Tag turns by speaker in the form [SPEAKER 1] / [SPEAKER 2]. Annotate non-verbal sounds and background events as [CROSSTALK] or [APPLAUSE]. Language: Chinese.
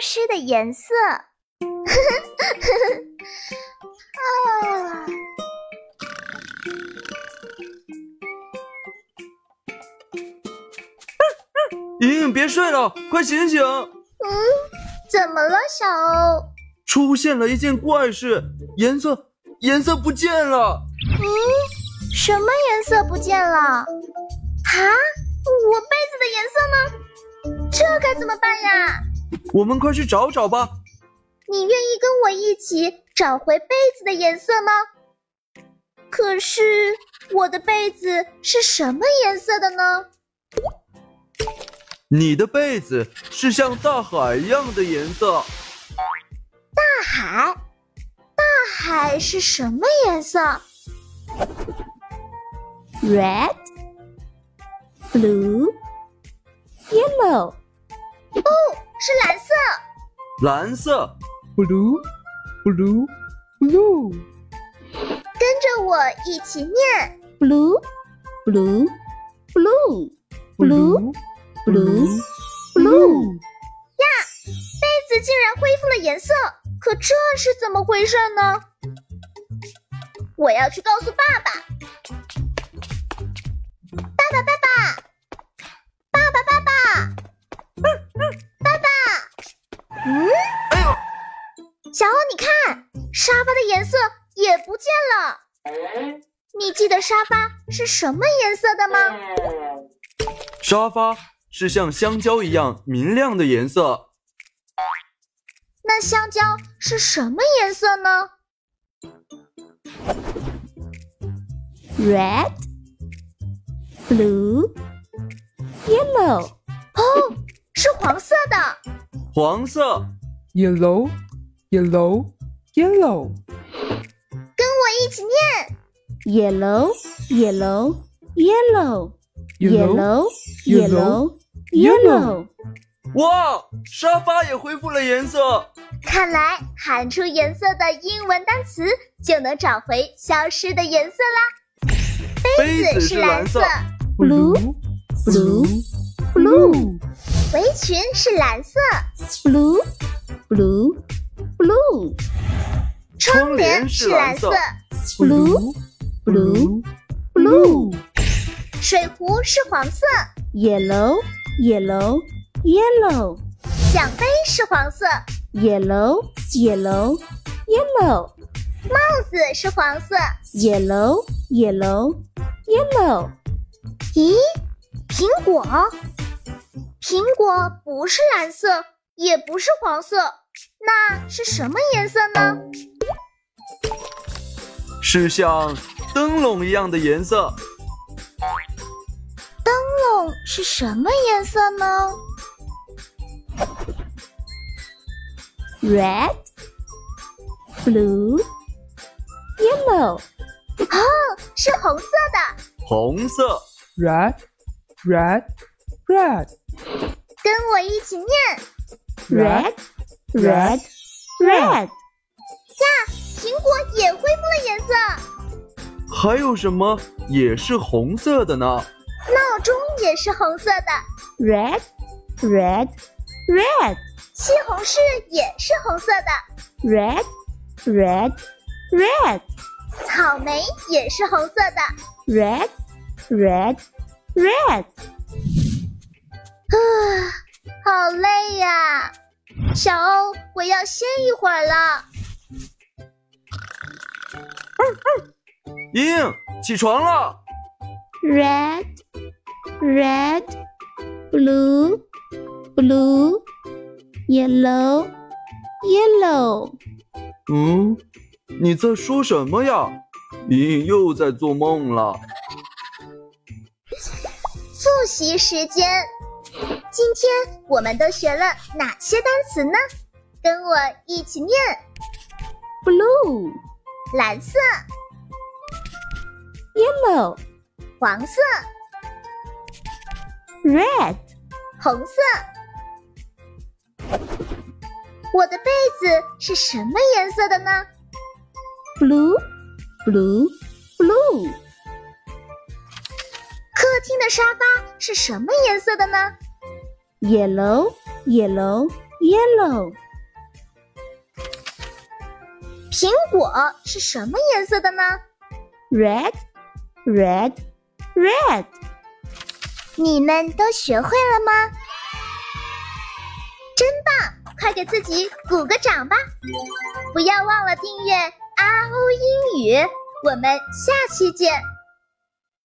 [SPEAKER 1] 湿的颜色。 [LAUGHS] 啊！
[SPEAKER 2] 莹莹，别睡了，快醒醒！
[SPEAKER 1] 嗯，怎么了，小欧？
[SPEAKER 2] 出现了一件怪事，颜色颜色不见了。
[SPEAKER 1] 嗯，什么颜色不见了？啊，我被子的颜色呢？这该怎么办呀？
[SPEAKER 2] 我们快去找找吧。
[SPEAKER 1] 你愿意跟我一起找回被子的颜色吗？可是我的被子是什么颜色的呢？
[SPEAKER 2] 你的被子是像大海一样的颜色，
[SPEAKER 1] 大海，大海是什么颜色
[SPEAKER 3] ？Red, blue, yellow,
[SPEAKER 1] 哦，是蓝色。
[SPEAKER 2] 蓝色。
[SPEAKER 3] blue, blue, blue,
[SPEAKER 1] 跟着我一起念
[SPEAKER 3] blue, blue, blue, blue, blue, blue。
[SPEAKER 1] 被子竟然恢复了颜色，可这是怎么回事呢？我要去告诉爸爸。爸爸，爸爸，爸爸，爸爸，爸爸。嗯，
[SPEAKER 2] 哎呦，
[SPEAKER 1] 小欧，你看，沙发的颜色也不见了。你记得沙发是什么颜色的吗？
[SPEAKER 2] 沙发是像香蕉一样明亮的颜色，
[SPEAKER 1] 那香蕉是什么颜色呢？
[SPEAKER 3] Red, blue, yellow,
[SPEAKER 1] 哦，是黄色的。
[SPEAKER 2] 黄色。
[SPEAKER 4] yellow, yellow, yellow.
[SPEAKER 1] 跟我一起念
[SPEAKER 3] yellow, yellow, yellow, yellow, yellow, yellow。
[SPEAKER 2] 哇，沙发也恢复了颜色。
[SPEAKER 1] 看来喊出颜色的英文单词就能找回消失的颜色啦。
[SPEAKER 2] 杯
[SPEAKER 1] 是
[SPEAKER 2] 子是蓝
[SPEAKER 1] 色
[SPEAKER 2] 色，，
[SPEAKER 3] Blue, blue, blue,
[SPEAKER 1] 围裙是蓝色，
[SPEAKER 3] blue, blue, blue,
[SPEAKER 2] 窗帘
[SPEAKER 1] 是
[SPEAKER 2] 是
[SPEAKER 1] 蓝
[SPEAKER 2] 蓝
[SPEAKER 1] 色
[SPEAKER 2] 色，，
[SPEAKER 3] blue, blue, blue,
[SPEAKER 1] 水壶是黄色，
[SPEAKER 3] yellow, yellow, yellow,
[SPEAKER 1] 奖杯是黄色，
[SPEAKER 3] yellow, yellow, yellow,
[SPEAKER 1] 帽子是黄色。
[SPEAKER 3] yellow, yellow, yellow。
[SPEAKER 1] 咦，苹果？苹果不是蓝色，也不是黄色，那是什么颜色呢？
[SPEAKER 2] 是像灯笼一样的颜色，
[SPEAKER 1] 灯笼哦是什么颜色呢？
[SPEAKER 3] red, blue, yellow,
[SPEAKER 1] 是红色的。
[SPEAKER 2] 红色。
[SPEAKER 4] Red, red, red.
[SPEAKER 1] 跟我一起念。
[SPEAKER 3] red, red,
[SPEAKER 4] Red.
[SPEAKER 3] red,
[SPEAKER 1] 苹果也恢复了颜色，
[SPEAKER 2] 还有什么也是红色的呢？
[SPEAKER 1] 闹钟也是红色的，
[SPEAKER 3] red, red, red,
[SPEAKER 1] 西红柿也是红色的，
[SPEAKER 3] red, red, red,
[SPEAKER 1] 草莓也是红色的。
[SPEAKER 3] red, red, red。
[SPEAKER 1] 啊，好累呀、小欧，我要歇一会儿了。
[SPEAKER 2] 莹莹，起床了。
[SPEAKER 3] red, red, blue, blue, yellow, yellow,
[SPEAKER 2] 嗯，你在说什么呀？莹莹又在做梦了。
[SPEAKER 1] 复习时间，今天我们都学了哪些单词呢？跟我一起念：
[SPEAKER 3] blue,
[SPEAKER 1] 蓝色、
[SPEAKER 3] yellow,
[SPEAKER 1] 黄色、
[SPEAKER 3] red,
[SPEAKER 1] 红色。我的被子是什么颜色的呢？
[SPEAKER 3] blue, blue, blue,
[SPEAKER 1] 客厅的沙发是什么颜色的呢？
[SPEAKER 3] yellow, yellow, yellow,
[SPEAKER 1] 苹果是什么颜色的呢？
[SPEAKER 3] red, red, red.
[SPEAKER 1] 你们都学会了吗？真棒！快给自己鼓个掌吧！不要忘了订阅《啊哦英语》，我们下期见。